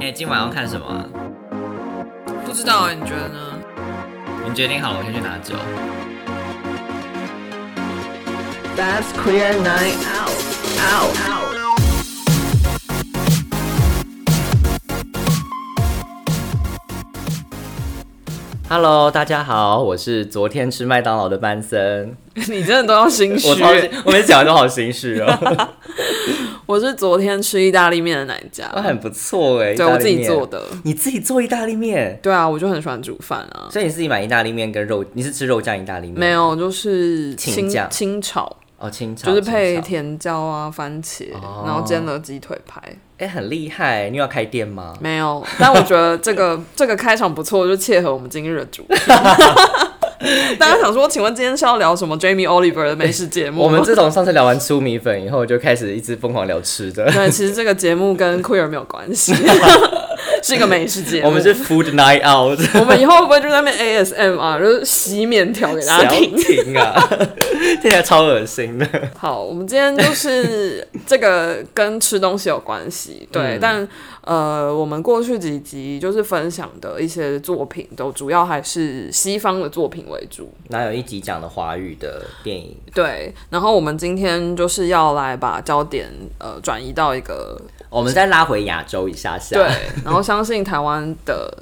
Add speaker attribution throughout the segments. Speaker 1: 哎、今晚要看什么啊？
Speaker 2: 不知道、欸，你觉得呢？
Speaker 1: 你决定好了，我先去拿酒。
Speaker 3: That's queer night out. Out. Out.
Speaker 1: 哈喽，大家好，我是昨天吃麦当劳的班森，
Speaker 2: 你真的都要心虚
Speaker 1: 我超
Speaker 2: 欸。
Speaker 1: 我每次讲完都好心虚 哦，
Speaker 2: 我是昨天吃意大利面的那一家
Speaker 1: 我，很不错哎，
Speaker 2: 对
Speaker 1: 意大
Speaker 2: 我
Speaker 1: 利
Speaker 2: 自己
Speaker 1: 面
Speaker 2: 做，的。
Speaker 1: 你自己做意大利面，
Speaker 2: 对啊，我就很喜欢煮饭啊。
Speaker 1: 所以你自己买意大利面跟肉，你是吃肉酱意大利面？
Speaker 2: 没有，就是清
Speaker 1: 请假
Speaker 2: 清炒，
Speaker 1: 哦，清炒
Speaker 2: 就是配
Speaker 1: 清炒
Speaker 2: 甜椒啊、番茄，
Speaker 1: 哦
Speaker 2: 然后煎了鸡腿排。
Speaker 1: 哎、很厉害，你有要开店吗？
Speaker 2: 没有，但我觉得这个 这个开场不错，就切合我们今日的主 题。大家想说，请问今天是要聊什么？Jamie Oliver 的美食节目 吗？
Speaker 1: 我们自从上次聊完粗米粉以后，就开始一直疯狂聊吃的。
Speaker 2: 对，其实这个节目跟 queer 没有关 系，是一个美食节目。
Speaker 1: 我们是 Food Night Out，
Speaker 2: 我们以后会不会就在那边 ASM 啊，就是洗面条给大家
Speaker 1: 小
Speaker 2: 听？
Speaker 1: 婷啊，听起来超恶心的。
Speaker 2: 好，我们今天就是这个跟吃东西有关系，
Speaker 1: 嗯
Speaker 2: 对，但呃，我们过去几集就是分享的一些作品，都主要还是西方的作品为主，
Speaker 1: 哪有一集讲的华语的电影？
Speaker 2: 对。然后我们今天就是要来把焦点呃转移到一个
Speaker 1: 我们再拉回亚洲一下下。
Speaker 2: 对，然后相信台湾的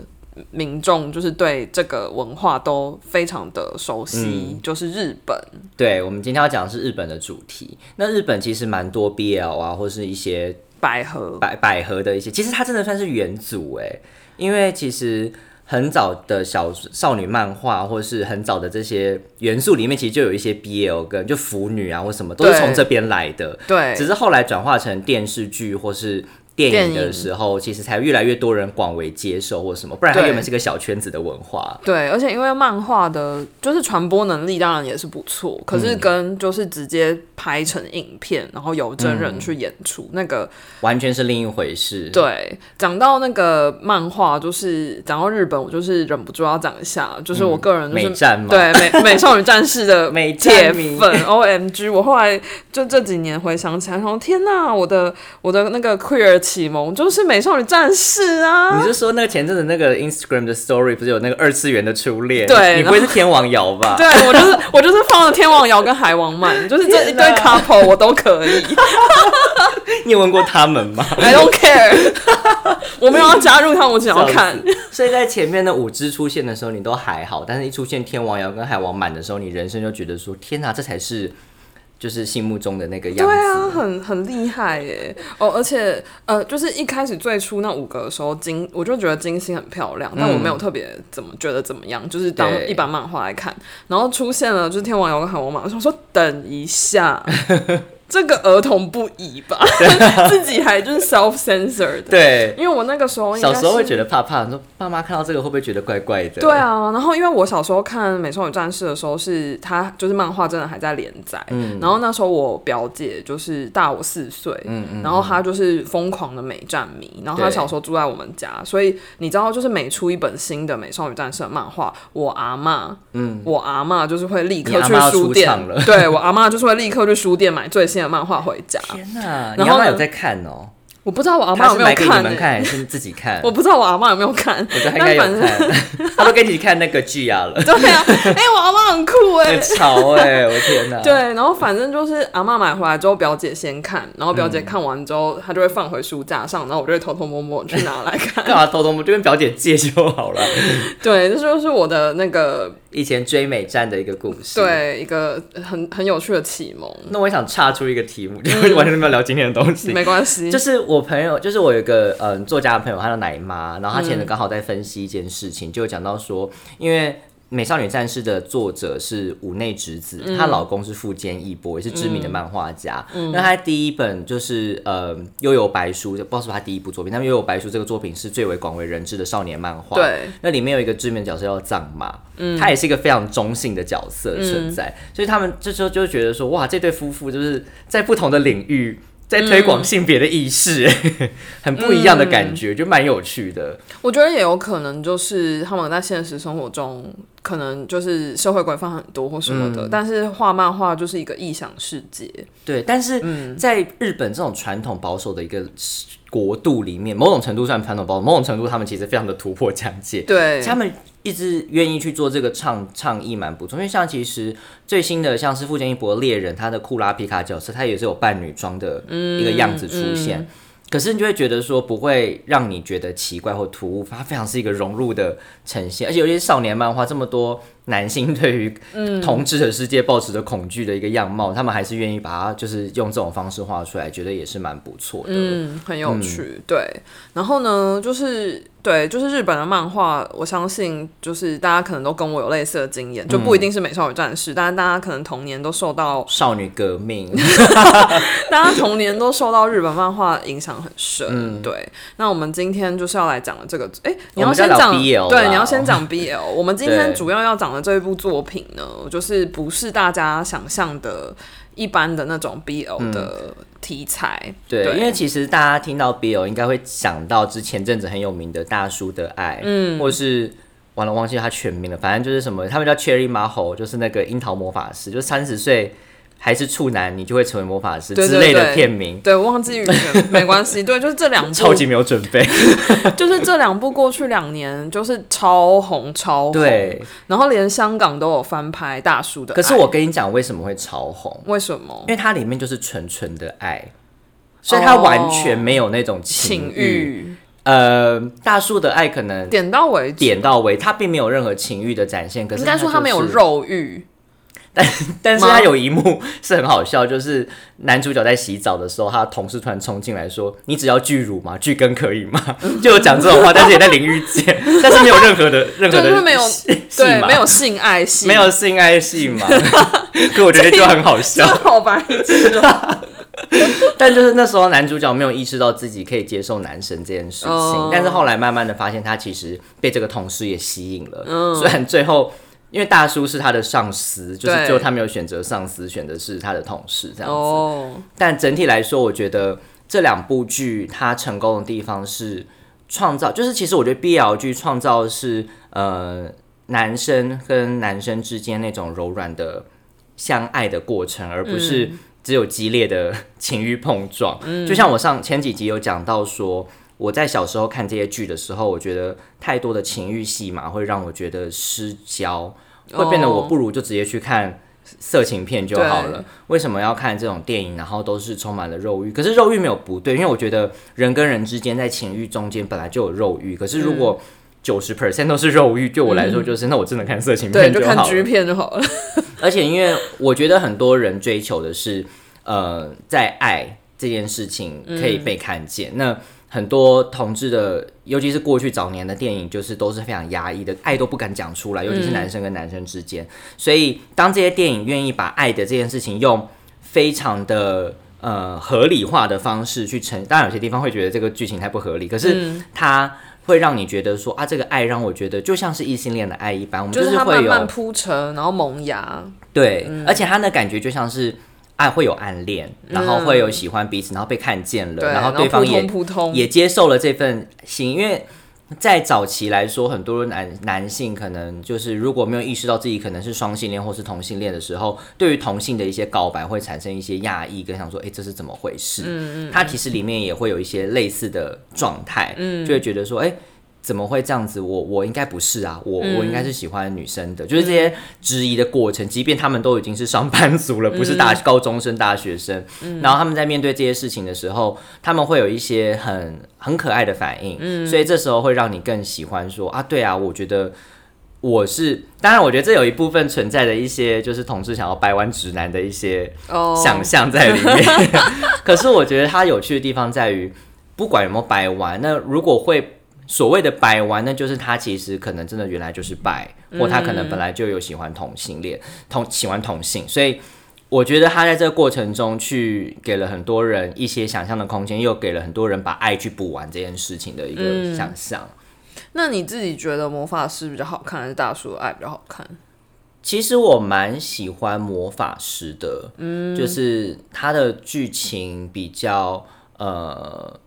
Speaker 2: 民众就是对这个文化都非常的熟悉，就是日本。
Speaker 1: 对，我们今天要讲的是日本的主题。那日本其实蛮多 BL 啊，或是一些
Speaker 2: 百合，
Speaker 1: 百百合的一些，其实它真的算是元祖哎，因为其实很早的小少女漫画，或是很早的这些元素里面，其实就有一些 BL 跟就腐女啊或什么，都是
Speaker 2: 对
Speaker 1: 从这边来的。
Speaker 2: 对
Speaker 1: 只是后来转化成电视剧或是。电影
Speaker 2: 电
Speaker 1: 的
Speaker 2: 影
Speaker 1: 时候，其实才越来越多人广为接受或什么，不然它
Speaker 2: 对
Speaker 1: 原本是个小圈子的文化。
Speaker 2: 对，而且因为漫画的，就是传播能力当然也是不错，可
Speaker 1: 嗯
Speaker 2: 是跟就是直接拍成影片，然后由真
Speaker 1: 嗯
Speaker 2: 人去演出、那个，
Speaker 1: 完全是另一回事。，
Speaker 2: 对，讲到那个漫画，就是讲到日本，我就是忍不住要讲一下，就是我个人就是、
Speaker 1: 嗯美战嘛，，
Speaker 2: 对 美美少女战士的
Speaker 1: 美
Speaker 2: 铁
Speaker 1: 战迷
Speaker 2: 粉 OMG！我后来就这几年回想起来，然后天呐，我的我的那个 queer 启蒙就是美少女战士啊
Speaker 1: 你！是说那个前阵子那个 Instagram 的 Story 不是有那个二次元的初恋？
Speaker 2: 对
Speaker 1: 你不会是天王瑶吧？
Speaker 2: 对我就是我就是放了天王瑶跟海王曼，就是这一对
Speaker 1: 天哪
Speaker 2: couple 我都 可以
Speaker 1: 你有问过他们吗？
Speaker 2: ，I don't care，我 没有要加入他们，我只想要看。
Speaker 1: 所以在前面的五只出现的时候，你都还好，但是一出现天王瑶跟海王满的时候，你人生就觉得说：天哪、这才是就是心目中的那个样
Speaker 2: 对
Speaker 1: 子。
Speaker 2: 啊，很很厉害耶！哦，而且呃，就是一开始最初那五个的时候，金我就觉得金星很漂亮，但我没有特别怎么觉得怎么样，就是当
Speaker 1: 嗯对
Speaker 2: 一般漫画来看。然后出现了就是天王瑶跟海王马，我想说等 一下，这个儿童不宜吧？自己还就是 self censor 的，
Speaker 1: 对，
Speaker 2: 因为我那个时候应该
Speaker 1: 小时候会
Speaker 2: 是
Speaker 1: 觉得怕怕，你说爸妈看到这个会不会觉得怪怪的？
Speaker 2: 对，啊，然后因为我小时候看《美少女战士》的时候是，它就是漫画真的还在连载，然后那时候我表姐就是大我四岁，然后她就是疯狂的美战迷，然后她
Speaker 1: 对
Speaker 2: 小时候住在我们家，所以你知道，就是每出一本新的《美少女战士》的漫画，我阿嬷，我阿嬷就是会立
Speaker 1: 你
Speaker 2: 刻
Speaker 1: 阿
Speaker 2: 去
Speaker 1: 嬷要
Speaker 2: 书
Speaker 1: 出
Speaker 2: 店
Speaker 1: 场了，
Speaker 2: 对我阿嬷就是会立刻去书店买最新的漫画回家。
Speaker 1: 天哪、你
Speaker 2: 然
Speaker 1: 阿
Speaker 2: 后
Speaker 1: 妈
Speaker 2: 呢
Speaker 1: 有在看哦、
Speaker 2: 我不知道我阿
Speaker 1: 她
Speaker 2: 嬷有
Speaker 1: 是
Speaker 2: 没有
Speaker 1: 买给你
Speaker 2: 看、
Speaker 1: 们
Speaker 2: 欸，
Speaker 1: 看还是自己看？
Speaker 2: 我不知道我阿嬷有没有看，
Speaker 1: 我觉得他应该
Speaker 2: 但
Speaker 1: 有
Speaker 2: 反正
Speaker 1: 看，他都跟你看那个剧啊了，
Speaker 2: 对啊，哎、我阿嬷很酷哎、
Speaker 1: 很潮哎、我的天哪！
Speaker 2: 对，，然后反正就是阿嬷买回来之后，表姐先看，然后表
Speaker 1: 嗯
Speaker 2: 姐看完之后，她就会放回书架上，然后我就会偷偷摸摸去拿来 看。
Speaker 1: 干嘛偷偷摸？就跟表姐借就好了。
Speaker 2: 对，这就是我的那个
Speaker 1: 以前追美战的一个故事。，
Speaker 2: 对一个很很有趣的启蒙，
Speaker 1: 那我也想岔出一个题目，
Speaker 2: 嗯
Speaker 1: 就是完全没有聊今天的东西。
Speaker 2: 没关系。
Speaker 1: 就是我朋友，就是我有一个嗯、作家的朋友，他的奶妈，然后他前阵刚好在分析一件事情，就有讲到说，因为《美少女战士》的作者是武内直子，她、老公是富坚义博，也是知名的漫画家。那他第一本就是呃《悠游白书》，不知道是不是他第一部作品，但《悠游白书》这个作品是最为广为人知的少年漫画。
Speaker 2: 对，
Speaker 1: 那里面有一个知名的角色叫藏马，他也是一个非常中性的角色存在，所以他们这时候就觉得说，哇，这对夫妇就是在不同的领域。在推广性别的意识， 很不一样的感觉，就蛮有趣的。
Speaker 2: 我觉得也有可能就是他们在现实生活中，可能就是社会规范很多或什么
Speaker 1: 嗯
Speaker 2: 的，但是画漫画就是一个异想世界。
Speaker 1: 对，但是在日本这种传统保守的一个国度里面，某种程度算传统保守，某种程度他们其实非常的突破疆界。
Speaker 2: 对，
Speaker 1: 他们一直愿意去做这个倡倡议，蛮不错。因为像其实最新的像是富坚义博猎人，他的库拉皮卡角色，他也是有扮女装的
Speaker 2: 嗯
Speaker 1: 一个样子出现。可是你就会觉得说不会让你觉得奇怪或突兀，它非常是一个融入的呈现，而且尤其是少年漫画这么多男性对于
Speaker 2: 嗯
Speaker 1: 同志的世界抱持着恐惧的一个样貌，他们还是愿意把它就是用这种方式画出来，觉得也是蛮不错的。
Speaker 2: 嗯，很有趣。对，然后呢，就是对，就是日本的漫画，我相信就是大家可能都跟我有类似的经验，就
Speaker 1: 嗯
Speaker 2: 不一定是美少女战士，但是大家可能童年都受到，
Speaker 1: 少女革命，
Speaker 2: 大家童年都受到日本漫画影响很深。对，那我们今天就是要来讲的这个，哎，
Speaker 1: 嗯我
Speaker 2: 你要
Speaker 1: 们
Speaker 2: 先
Speaker 1: 要聊
Speaker 2: 讲
Speaker 1: BL
Speaker 2: 对，
Speaker 1: 啦哦
Speaker 2: 你要先讲 BL。我们今天
Speaker 1: 对
Speaker 2: 主要要讲的这一部作品呢，就是不是大家想象的一般的那种 BL
Speaker 1: 嗯
Speaker 2: 的题材。
Speaker 1: 对，因为其实大家听到 BL 应该会想到之前阵子很有名的大叔的爱，嗯，或是完了忘记他全名了，反正就是什么，他们叫 Cherry Maho，就是那个樱桃魔法师，就三十岁还是处男，你就会成为魔法师
Speaker 2: 对对
Speaker 1: 之类的
Speaker 2: 对
Speaker 1: 片名，
Speaker 2: 对，忘记语言没关 系。对，就是这两部，
Speaker 1: 超级没有准 备。
Speaker 2: 就是这两部过去两年就是超红超红，
Speaker 1: 对，
Speaker 2: 然后连香港都有翻拍大叔的 爱。
Speaker 1: 可是我跟你讲为什么会潮红，
Speaker 2: 为什么
Speaker 1: 因？为它里面就是纯纯的爱，所以它完全没有那种
Speaker 2: 哦情
Speaker 1: 情欲。
Speaker 2: 欲
Speaker 1: 呃，大叔的爱可能
Speaker 2: 点到为止，
Speaker 1: 点到为止，他并没有任何情欲的展现，可是
Speaker 2: 应该说
Speaker 1: 他
Speaker 2: 他没有
Speaker 1: 就是
Speaker 2: 肉欲。
Speaker 1: 但是
Speaker 2: 吗
Speaker 1: 他有一幕 是很好笑，就是男主角在洗澡的时候，他的同事突然冲进来说：“你只要巨乳吗？巨根可以吗？” 就有讲这种话，但是也在淋浴 间，但是没有任何的任何
Speaker 2: 对，
Speaker 1: 的
Speaker 2: 就是没有
Speaker 1: 戏
Speaker 2: 对
Speaker 1: 嘛
Speaker 2: 没有性爱戏，
Speaker 1: 没有性爱戏嘛，可我觉得就很好笑
Speaker 2: 真。的好白 痴哦。
Speaker 1: 但就是那时候男主角没有意识到自己可以接受男神这件事情，
Speaker 2: 哦
Speaker 1: 但是后来慢慢的发现他其实被这个同事也吸引了，
Speaker 2: 嗯
Speaker 1: 虽然最后。因为大叔是他的上司，就是
Speaker 2: 对
Speaker 1: 最后他没有选择上司，选的是他的同事这样子。
Speaker 2: 哦，
Speaker 1: 但整体来说，我觉得这两部剧它成功的地方是创造，就是其实我觉得 BL 剧创造的是呃男生跟男生之间那种柔软的相爱的过程，而不是只有激烈的 情欲碰撞。就像我上前几集有讲到说。我在小时候看这些剧的时候，我觉得太多的情欲戏嘛，会让我觉得失焦，会变得我
Speaker 2: 哦
Speaker 1: 不如就直接去看色情片就好
Speaker 2: 对
Speaker 1: 了。为什么要看这种电影？然后都是充满了肉欲，可是肉欲没有不对，因为我觉得人跟人之间在情欲中间本来就有肉欲，可是如果
Speaker 2: 嗯
Speaker 1: 九十 percent 都是肉欲，对我来说就是、那我真的看色情
Speaker 2: 对，
Speaker 1: 片
Speaker 2: 就
Speaker 1: 好
Speaker 2: 看
Speaker 1: 了。嗯
Speaker 2: G 片就好了。
Speaker 1: 而且因为我觉得很多人追求的是，呃，在爱这件事情可
Speaker 2: 嗯
Speaker 1: 以被看见。那很多同志的，尤其是过去早年的电影，就是都是非常压抑的，爱都不敢讲出来，尤
Speaker 2: 嗯
Speaker 1: 其是男生跟男生之间。所以当这些电影愿意把爱的这件事情用非常的。呃，合理化的方式去呈，当然有些地方会觉得这个剧情太不合理，可是
Speaker 2: 嗯
Speaker 1: 它会让你觉得说啊，这个爱让我觉得就像是异性恋的爱一般，我们
Speaker 2: 就是
Speaker 1: 是
Speaker 2: 它
Speaker 1: 会
Speaker 2: 慢
Speaker 1: 有
Speaker 2: 慢铺陈，然后萌芽，
Speaker 1: 对，
Speaker 2: 嗯
Speaker 1: 而且他的感觉就像是爱会有暗恋，然后会有喜欢彼此，然后被看见了，
Speaker 2: 嗯对，然
Speaker 1: 后对方
Speaker 2: 扑
Speaker 1: 也
Speaker 2: 通扑通，
Speaker 1: 也接受了这份心，因为。在早期来说，很多男男性可能就是如果没有意识到自己可能是双性恋或是同性恋的时候，对于同性的一些告白会产生一些讶异，跟想说，哎、这是怎么回事？嗯嗯，他其实里面也会有一些类似的状态，嗯，就会觉得说，哎、怎么会这样子？我我应该不是啊，我、我应该是喜欢女生的，就是这些质疑的过程。即便他们都已经是上班族了，不是大、高中生、大学生，然后他们在面对这些事情的时候，他们会有一些很很可爱的反应，所以这时候会让你更喜欢说啊，对啊，我觉得。我是，当然，我觉得这有一部分存在的一些，就是同志想要掰弯直男的一些
Speaker 2: 哦，
Speaker 1: 想象在里面。可是我觉得它有趣的地方在于，不管有没有掰弯，那如果会所谓的掰弯，那就是他其实可能真的原来就是掰，或他可能本来就有喜欢同性恋，同喜欢同性，所以。我觉得他在这个过程中去给了很多人一些想象的空间，又给了很多人把爱去补完这件事情的一个想象。
Speaker 2: 那你自己觉得魔法师比较好看，还是大叔的爱比较好看？
Speaker 1: 其实我蛮喜欢魔法师的，嗯，就是它的剧情比较呃。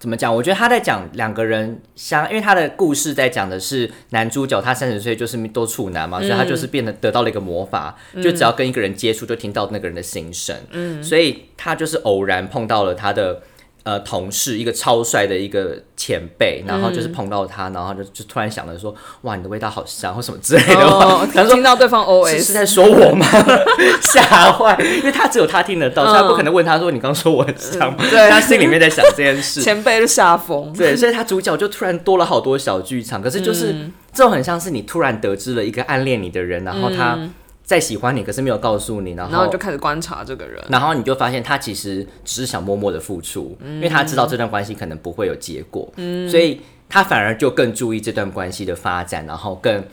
Speaker 1: 怎么讲？我觉得他在讲两个人相，因为他的故事在讲的是男主角他三十岁就是都处男嘛，所以他就是变得得到了一个魔法，就只要跟一个人接触就听到那个人的心声，嗯，所以他就是偶然碰到了他的呃同事一个超帅的一个前辈，然后就是碰到他，然后就就突然想着说，哇，你的味道好香或什么之类 的话，
Speaker 2: 哦，
Speaker 1: 他说
Speaker 2: 听到对方
Speaker 1: 是是
Speaker 2: OS，
Speaker 1: 在说我吗？ 吓坏，因为他只有他听得到，所以他不可能问他说你刚说我很香吗，
Speaker 2: 嗯对
Speaker 1: 他心里面在想这件事。
Speaker 2: 前辈就吓疯，
Speaker 1: 对，所以他主角就突然多了好多小剧场。可是就是、
Speaker 2: 嗯
Speaker 1: 这种很像是你突然得知了一个暗恋你的人，然后他在喜欢你，可是没有告诉你，然后
Speaker 2: 嗯然后你就开始观察这个人。
Speaker 1: 然后你就发现他其实只是想默默的付出，因为他知道这段关系可能不会有结果，所以他反而就更注意这段关系的发展，然后更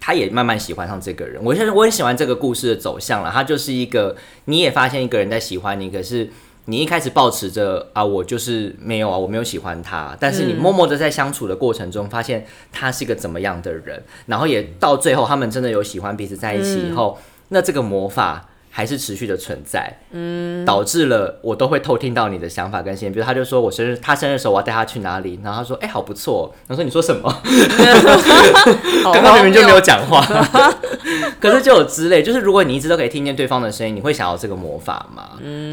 Speaker 1: 他也慢慢喜欢上这个人。我现在我很喜欢这个故事的走向了，他就是一个你也发现一个人在喜欢你，可是。你一开始抱持着啊，我就是没有啊，我没有喜欢他，但是你默默的在相处的过程中，发现他是一个怎么样的人，然后也到最后他们真的有喜欢彼此在一起以后，那这个魔法还是持续的存在，导致了我都会偷听到你的想法跟心意。比如他就说我生日，他生日的时候我要带他去哪里，然后他说哎、好不错哦，然后说你说什么？
Speaker 2: 好
Speaker 1: 刚刚明明就没有
Speaker 2: 荒
Speaker 1: 讲话，可是就有之类，就是如果你一直都可以听见对方的声音，你会想要这个魔法吗？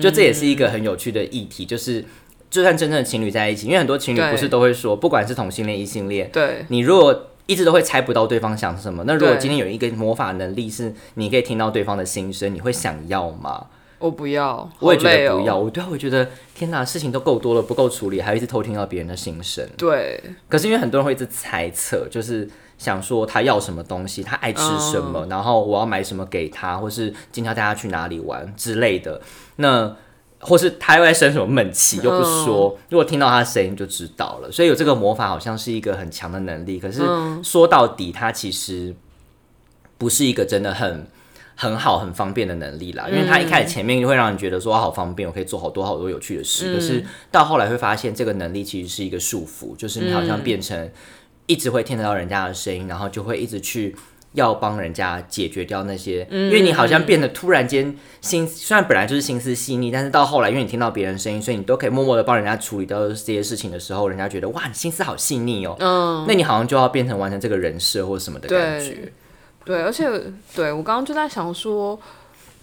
Speaker 1: 就这也是一个很有趣的议题，就是就算真正的情侣在一起，因为很多情侣
Speaker 2: 对
Speaker 1: 不是都会说，不管是同性恋、异性恋
Speaker 2: 谬，对，
Speaker 1: 你如果一直都会猜不到对方想什么，那如果
Speaker 2: 对
Speaker 1: 今天有一个魔法能力是你可以听到对方的心声，你会想要吗？
Speaker 2: 我不要，
Speaker 1: 我也
Speaker 2: 好
Speaker 1: 觉
Speaker 2: 累
Speaker 1: 得
Speaker 2: 哦
Speaker 1: 不要，。我对啊，我觉得天哪，事情都够多了，不够处理，还一直偷听到别人的心声。
Speaker 2: 对，
Speaker 1: 可是因为很多人会一直猜测，就是想说他要什么东西，他爱吃什么，
Speaker 2: 哦
Speaker 1: 然后我要买什么给他，或是今天要带他去哪里玩之类的。那或是他又在生什么闷气又不说，
Speaker 2: 嗯
Speaker 1: 如果听到他的声音就知道了。所以有这个魔法好像是一个很强的能力，可是
Speaker 2: 嗯
Speaker 1: 说到底，它其实不是一个真的很。很好、很方便的能力啦，因为它一开始前面就会让你觉得说啊好方便，我可以做好多好多有趣的
Speaker 2: 嗯
Speaker 1: 事。可是到后来会发现，这个能力其实是一个束缚，就是你好
Speaker 2: 嗯
Speaker 1: 像变成一直会听得到人家的声音，然后就会一直去要帮人家解决掉那些，
Speaker 2: 嗯
Speaker 1: 因为你好像变得突然间心，虽然本来就是心思细腻，但是到后来，因为你听到别人的声音，所以你都可以默默的帮人家处理掉这些事情的时候，人家觉得哇，你心思好细腻哦，
Speaker 2: 嗯，
Speaker 1: 那你好像就要变成完成这个人设或什么的感觉
Speaker 2: 对，对，而且对我刚刚就在想说，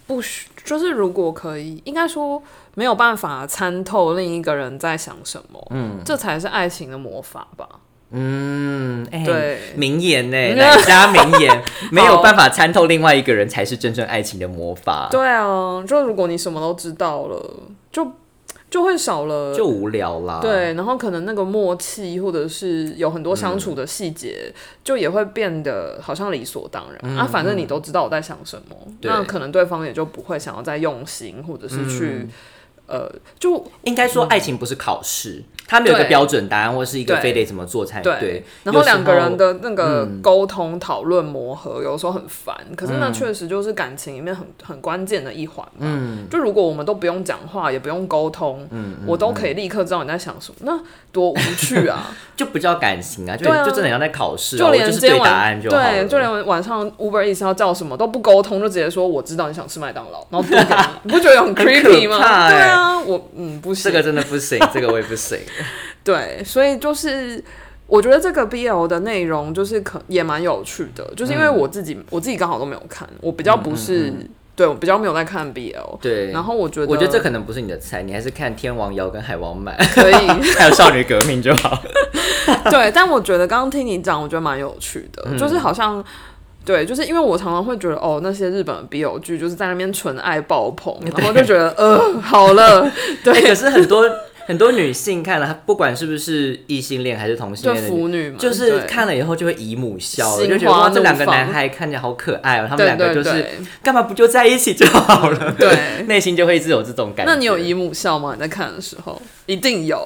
Speaker 2: 不需就是如果可以，应该说没有办法参透另一个人在想什么，嗯，这才是爱情的魔法吧？
Speaker 1: 嗯，哎、
Speaker 2: 对
Speaker 1: 名言呢、 哪家名言，没有办法参透另外一个人才是真正爱情的魔法，
Speaker 2: 对啊，就如果你什么都知道了，就就会少了
Speaker 1: 就无聊啦，。
Speaker 2: 对，然后可能那个默契，或者是有很多相处的细节，
Speaker 1: 嗯
Speaker 2: 就也会变得好像理所当然、啊。反正你都知道我在想什么，
Speaker 1: 对
Speaker 2: 那可能对方也就不会想要再用心，或者是去、
Speaker 1: 嗯
Speaker 2: 呃，就
Speaker 1: 应该
Speaker 2: 嗯
Speaker 1: 说，爱情不是考试，它没有一个
Speaker 2: 对
Speaker 1: 标准答案，或是一个
Speaker 2: 对
Speaker 1: 非得怎么做才
Speaker 2: 对。
Speaker 1: 哎对。
Speaker 2: 然后
Speaker 1: 有时候嗯
Speaker 2: 两个人的那个沟通、讨论、磨合，有时候很烦，可是那确实就是感情里面很很关键的一环嘛。
Speaker 1: 嗯
Speaker 2: 就如果我们都不用讲话，也不用沟通，我都
Speaker 1: 嗯
Speaker 2: 可以立刻知道你在想什么，那多无趣啊！
Speaker 1: 就不叫感情啊，就、
Speaker 2: 对啊
Speaker 1: 就真的要在考试、啊，
Speaker 2: 就
Speaker 1: 我
Speaker 2: 连
Speaker 1: 就是
Speaker 2: 今天
Speaker 1: 对
Speaker 2: 晚
Speaker 1: 答案就好了。
Speaker 2: 对，就连晚上 Uber Eats 要叫什么都不沟通，就直接说我知道你想吃麦当劳，然后丢给 你，你不觉得很 creepy 吗
Speaker 1: 很可？怕欸
Speaker 2: 对啊，我嗯不
Speaker 1: 这
Speaker 2: 行，
Speaker 1: 个真的不 行，这个我也不行。
Speaker 2: 对，所以就是我觉得这个 BL 的内容就是可也蛮有趣的，就是因为我自己、
Speaker 1: 嗯
Speaker 2: 我自己刚好都没有看，我比较不是、对我比较没有在看 BL，
Speaker 1: 对，
Speaker 2: 然后我觉得，
Speaker 1: 我觉得这可能不是你的菜，你还是看《天王瑶》跟《海王满》
Speaker 2: 可以。
Speaker 1: 还有《少女革命》就好。
Speaker 2: 对，但我觉得刚刚听你讲，我觉得蛮有趣的，
Speaker 1: 嗯
Speaker 2: 就是好像。对，就是因为我常常会觉得，哦，那些日本的 BL 剧就是在那边纯爱爆棚，然后就觉得，呃，好了，
Speaker 1: 哎
Speaker 2: 对，
Speaker 1: 可是很多很多女性看了，她不管是不是异性恋还是同性
Speaker 2: 就
Speaker 1: 恋的
Speaker 2: 腐
Speaker 1: 女，
Speaker 2: 女嘛，
Speaker 1: 就是
Speaker 2: 对
Speaker 1: 看了以后就会姨母笑，
Speaker 2: 心
Speaker 1: 就觉得
Speaker 2: 花
Speaker 1: 哇，
Speaker 2: 怒
Speaker 1: 这两个
Speaker 2: 放
Speaker 1: 男孩看起来好可爱哦，他们
Speaker 2: 对
Speaker 1: 两个
Speaker 2: 对
Speaker 1: 就是
Speaker 2: 对
Speaker 1: 干嘛不就在一起就好了？
Speaker 2: 对
Speaker 1: 内心就会一直有这种感觉。
Speaker 2: 那你有姨母笑吗？你在看的时候一定有，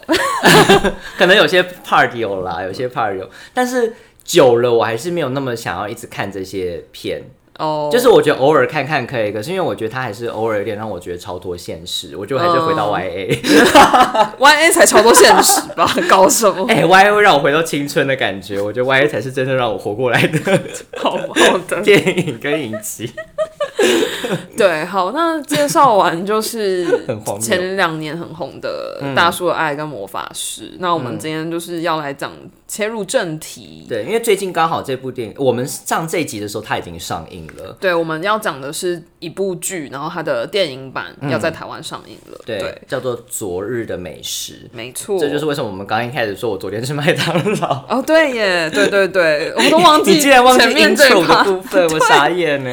Speaker 1: 可能有些 part 有啦，有些 part 有，但是久了我还是没有那么想要一直看这些片。
Speaker 2: 哦，
Speaker 1: 就是我觉得偶尔看看可以，可是因为我觉得他还是偶尔有点让我觉得超脱现实，我就还是回到
Speaker 2: 嗯
Speaker 1: YA。
Speaker 2: 哦 Y A 才超多现实吧？ 搞什么？
Speaker 1: 哎、y a 会让我回到青春的感觉，我觉得 YA 才是真正让我活过来的
Speaker 2: 好好的，
Speaker 1: 电影跟影集。
Speaker 2: 对，好，那介绍完就是
Speaker 1: 很荒谬
Speaker 2: 前两年很红的《大叔的爱》跟《魔法师》，那我们今天就是要来讲切入正题。
Speaker 1: 对，因为最近刚好这部电影，我们上这一集的时候它已经上映了。
Speaker 2: 对，我们要讲的是一部剧，然后它的电影版要在台湾上映了。
Speaker 1: 对，
Speaker 2: 对，哦
Speaker 1: 叫做《昨日的美食》，
Speaker 2: 没错，
Speaker 1: 这就是为什么我们刚刚一开始说我昨天吃麦当劳，
Speaker 2: 哦，对耶，对对对，我都 忘记
Speaker 1: 你竟然忘记
Speaker 2: 前面这
Speaker 1: intro
Speaker 2: 一
Speaker 1: 的
Speaker 2: 趴。
Speaker 1: 部 分，我傻眼呢。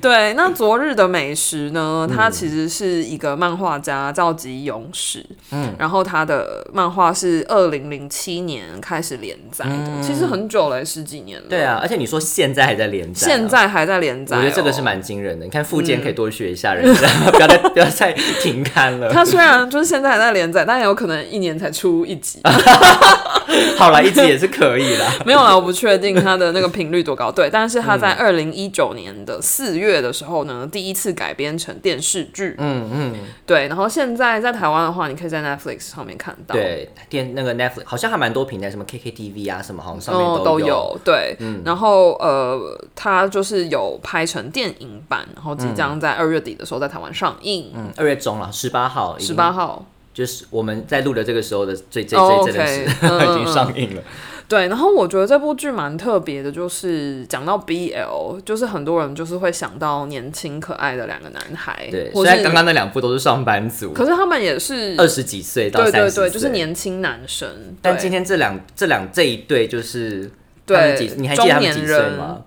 Speaker 2: 对，那昨日的美食呢？
Speaker 1: 嗯
Speaker 2: 它其实是一个漫画家叫吉勇史，嗯，然后他的漫画是二零零七年开始连载的，其实很久了，十几年了。
Speaker 1: 嗯对啊，，而且你说现在还在连载、啊
Speaker 2: 现。在还在嗯连载、哦
Speaker 1: 我觉得这个是。蛮惊人的，你看附件可以多学一下人家，不要再不要再停刊了。
Speaker 2: 他虽然就是现在还在连载，但也有可能一年才出一集，
Speaker 1: 好了，一直也是可以啦。
Speaker 2: 没有啦，我不确定它的那个频率多高。对，但是他
Speaker 1: 嗯
Speaker 2: 在二零一九年的四月的时候呢，第一次改编成电视剧。嗯嗯，对。然后现在在台湾的话，你可以在 Netflix 上面看到。
Speaker 1: 对，电那个 Netflix 好像还蛮多平台，什么 KKTV 啊什么，好像上面
Speaker 2: 哦，
Speaker 1: 都嗯
Speaker 2: 有，对，然后呃，它就是有拍成电影版，然后即将在二月底的时候在台湾上映，
Speaker 1: 嗯，二月中了，十八号，
Speaker 2: 十八，号。
Speaker 1: 就是我们在录的这个时候的最最
Speaker 2: 哦
Speaker 1: 最这件
Speaker 2: OK，
Speaker 1: 事
Speaker 2: 嗯嗯
Speaker 1: 已经上映了。
Speaker 2: 对，然后我觉得这部剧蛮特别的，就是讲到 BL，就是很多人就是会想到年轻可爱的两个男孩，
Speaker 1: 对，
Speaker 2: 或
Speaker 1: 虽
Speaker 2: 是
Speaker 1: 然刚刚那两部都是上班族，
Speaker 2: 可是他们也是
Speaker 1: 二十几岁到
Speaker 2: 对
Speaker 1: 三
Speaker 2: 对
Speaker 1: 十岁，
Speaker 2: 对，就是年轻男生。
Speaker 1: 但
Speaker 2: 对
Speaker 1: 今天这两这两这一对就是
Speaker 2: 对
Speaker 1: 他们几，你还记得他们几
Speaker 2: 中
Speaker 1: 岁
Speaker 2: 年人
Speaker 1: 吗？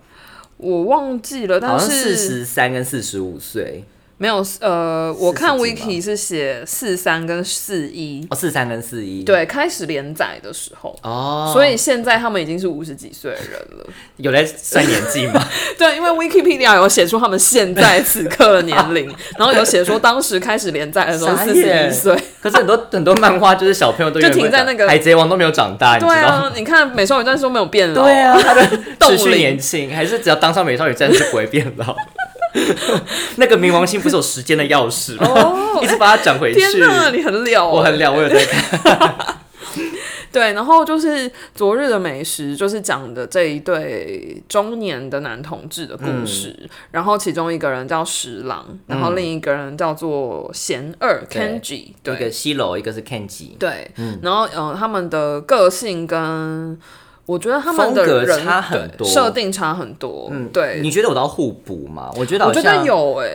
Speaker 2: 我忘记了，
Speaker 1: 好
Speaker 2: 但
Speaker 1: 像四
Speaker 2: 是
Speaker 1: 十三跟四十五岁，
Speaker 2: 没有呃，我看
Speaker 1: 40几吧
Speaker 2: wiki 是写四三跟四一，
Speaker 1: 哦，四三跟四一，，
Speaker 2: 对，开始连载的时候。
Speaker 1: 哦，
Speaker 2: 所以现在他们已经是五十几岁的人了，
Speaker 1: 有在算年纪吗？
Speaker 2: 对，因为 Wikipedia 有写出他们现在此刻的年 龄，然后有写说当时开始连载的时候
Speaker 1: 傻
Speaker 2: 四十一
Speaker 1: 眼
Speaker 2: 岁，
Speaker 1: 可是很多很多漫画就是小朋友都
Speaker 2: 就
Speaker 1: 永远
Speaker 2: 停在
Speaker 1: 不会
Speaker 2: 那个
Speaker 1: 长海贼王都没有长大，你知
Speaker 2: 对
Speaker 1: 道吗？
Speaker 2: 啊，你看《美少女战士》都没有变老，
Speaker 1: 对，啊， 他 的
Speaker 2: 冻
Speaker 1: 持续
Speaker 2: 龄
Speaker 1: 年轻，还是只要当上美少女战士不会变老。 那个冥王星不是有时间的钥匙吗？一直把它转回去。
Speaker 2: 哦天哪，你很了欸，
Speaker 1: 我很了，我有在看。
Speaker 2: 对，然后就是昨日的美食，就是讲的这一对中年的男同志的故事。然后其中一个人叫十郎，然后另一个人叫做贤二
Speaker 1: 对
Speaker 2: Kenji，
Speaker 1: 一个
Speaker 2: 嗯对
Speaker 1: 西楼，一个是 Kenji，
Speaker 2: 对，然后嗯、呃他们的个性跟我觉得他们的
Speaker 1: 风格
Speaker 2: 人
Speaker 1: 差很
Speaker 2: 对
Speaker 1: 多
Speaker 2: 设定差很多，对。
Speaker 1: 嗯你觉得有到互补吗？我觉得
Speaker 2: 我
Speaker 1: 好
Speaker 2: 觉得
Speaker 1: 像
Speaker 2: 有哎、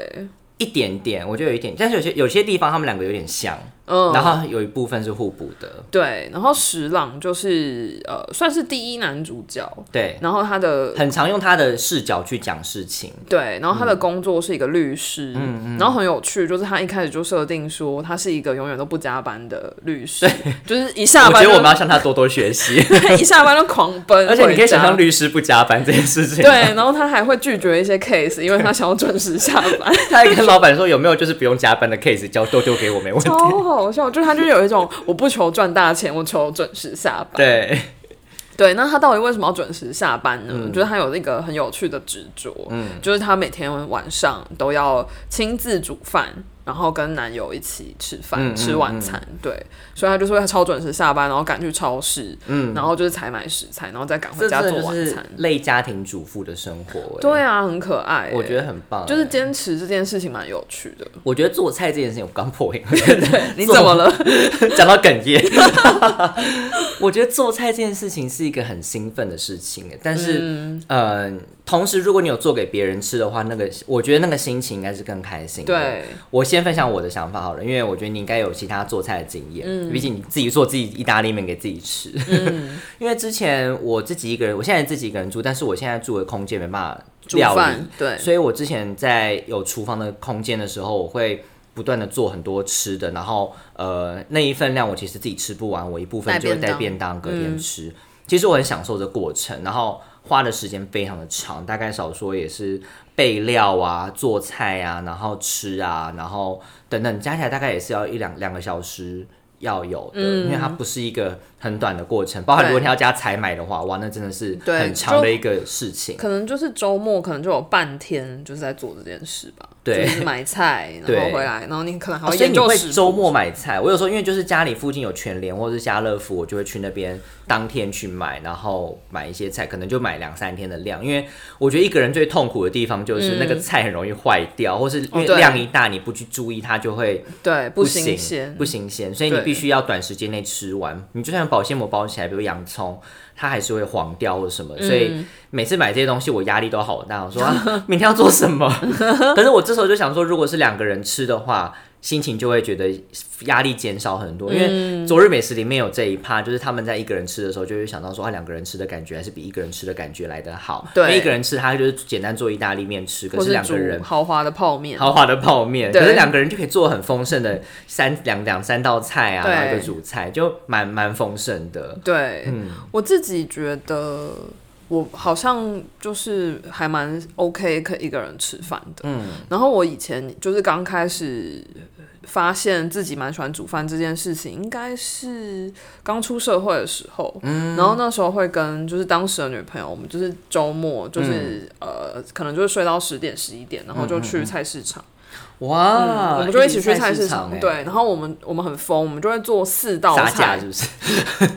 Speaker 1: 一点点，我觉得有一点，但是有些有些地方他们两个有点像，
Speaker 2: 嗯，
Speaker 1: 然后有一部分是互补的。
Speaker 2: 对，然后十郎就是呃，算是第一男主角，
Speaker 1: 对，
Speaker 2: 然后他的
Speaker 1: 很常用他的视角去讲事情。
Speaker 2: 对，然后他的工作是一个律师，
Speaker 1: 嗯
Speaker 2: 然后很有趣，就是他一开始就设定说他是一个永远都不加班的律师，就是一下
Speaker 1: 我觉
Speaker 2: 班
Speaker 1: 得
Speaker 2: 就
Speaker 1: 我们要向他多多学习，
Speaker 2: 一下班就狂奔，
Speaker 1: 而且你可以想象
Speaker 2: 律。
Speaker 1: 律师不加班这件事情。
Speaker 2: 对，，然后他还会拒绝一些 case，因为他想要准时下班，
Speaker 1: 他还跟老板说有没有就是不用加班的 case，交都丢给我没问题。
Speaker 2: 超好笑。就是他就有一种我不求赚大钱，我求准时下班。
Speaker 1: 对，
Speaker 2: 对，那他到底为什么要准时下班呢？
Speaker 1: 嗯
Speaker 2: 就是他有一个很有趣的执着，就是他每天晚上都要亲自煮饭，然后跟男友一起吃饭、
Speaker 1: 嗯嗯
Speaker 2: 吃晚餐。对，所以他就说他超准时下班，然后赶去超市，然后就是采买食材，然后再赶回
Speaker 1: 嗯这
Speaker 2: 家
Speaker 1: 真的
Speaker 2: 做
Speaker 1: 就
Speaker 2: 晚
Speaker 1: 是
Speaker 2: 餐。
Speaker 1: 类家庭主妇的生活。欸
Speaker 2: 对，啊，很可爱、
Speaker 1: 我觉
Speaker 2: 得。
Speaker 1: 得很棒。
Speaker 2: 就是坚持这件事情蛮有趣 的，
Speaker 1: 我觉得做菜这件事情，我刚 破音，对
Speaker 2: 你怎么了？
Speaker 1: 讲到哽咽。 我觉得做菜这件事情是一个很兴奋的事情，但是，嗯、同时如果你有做给别人吃的话，那个我觉得那个心情应该是更开心的。
Speaker 2: 对，
Speaker 1: 我先分享我的想法好了，因为我觉得你应该有其他做菜的经验，
Speaker 2: 嗯
Speaker 1: 毕竟你自己做自己意大利面给自己吃。 因为之前我自己一个人，我现在自己一个人住，但是我现在住的空间没办法
Speaker 2: 煮
Speaker 1: 料理
Speaker 2: 饭，，对，
Speaker 1: 所以我之前在有厨房的空间的时候，我会不断的做很多吃的，然后呃那一份量我其实自己吃不完，我一部分就会带
Speaker 2: 带便
Speaker 1: 便当隔天吃。其实我很享受这过程，然后花的时间非常的长，大概少说也是备料啊、做菜啊，然后吃啊，然后等等加起来大概也是要一两两个小时。要有的，
Speaker 2: 嗯
Speaker 1: 因为它不是一个很短的过程。包含
Speaker 2: 对
Speaker 1: 如果你要加采买的话，哇，那真的是
Speaker 2: 对
Speaker 1: 很长的一个事情。
Speaker 2: 可能就是周末，可能就有半天就是在做这件事吧。
Speaker 1: 对
Speaker 2: 就是买菜，
Speaker 1: 对
Speaker 2: 然后回来，然后你可能还
Speaker 1: 哦
Speaker 2: 要
Speaker 1: 所以
Speaker 2: 啊研
Speaker 1: 你
Speaker 2: 究
Speaker 1: 会
Speaker 2: 食谱
Speaker 1: 周末买菜？我有时候因为就是家里附近有全联或是家乐福，我就会去那边当天去买，然后买一些菜，可能就买两三天的量。因为我觉得一个人最痛苦的地方就是那个菜很容易坏掉，或是因为
Speaker 2: 嗯哦对
Speaker 1: 量一大你不去注意，它就会
Speaker 2: 对不
Speaker 1: 不
Speaker 2: 新
Speaker 1: 行
Speaker 2: 鲜，
Speaker 1: 不新鲜，所以你
Speaker 2: 对
Speaker 1: 必须要短时间内吃完。你就算保鲜膜包起来，比如洋葱，它还是会黄掉或什么。所
Speaker 2: 嗯
Speaker 1: 以每次买这些东西，我压力都好大。我说、啊、明天要做什么？ 可是我这时候就想说，如果是两个人吃的话。心情就会觉得压力减少很多，因为
Speaker 2: 嗯
Speaker 1: 《昨日美食》里面有这一趴，就是他们在一个人吃的时候，就会想到说，啊，两个人吃的感觉还是比一个人吃的感觉来得好。
Speaker 2: 对
Speaker 1: 因为一个人吃，他就是简单做意大利面吃，可
Speaker 2: 或
Speaker 1: 是
Speaker 2: 是
Speaker 1: 两
Speaker 2: 煮
Speaker 1: 个人
Speaker 2: 豪华的泡面。
Speaker 1: 豪华的泡面，
Speaker 2: 对
Speaker 1: 可是两个人就可以做很丰盛的三两两三道菜啊，
Speaker 2: 对
Speaker 1: 然后一个主菜，就蛮蛮丰盛的。
Speaker 2: 对，
Speaker 1: 嗯
Speaker 2: 我自己觉得我好像就是还蛮 OK 可以一个人吃饭的。嗯，然后我以前就是刚开始发现自己蛮喜欢煮饭这件事情，应该是刚出社会的时候。嗯，然后那时候会跟就是当时的女朋友，我们就是周末就是、
Speaker 1: 嗯
Speaker 2: 呃，可能就是睡到十点十一点，然后就去菜市场。
Speaker 1: 哇，
Speaker 2: 我们就啊一起去
Speaker 1: 嗯菜
Speaker 2: 市哎
Speaker 1: 场，欸
Speaker 2: 对，，然后我们我们很疯，我们就会做四道
Speaker 1: 杀价，
Speaker 2: 菜
Speaker 1: 是不 是？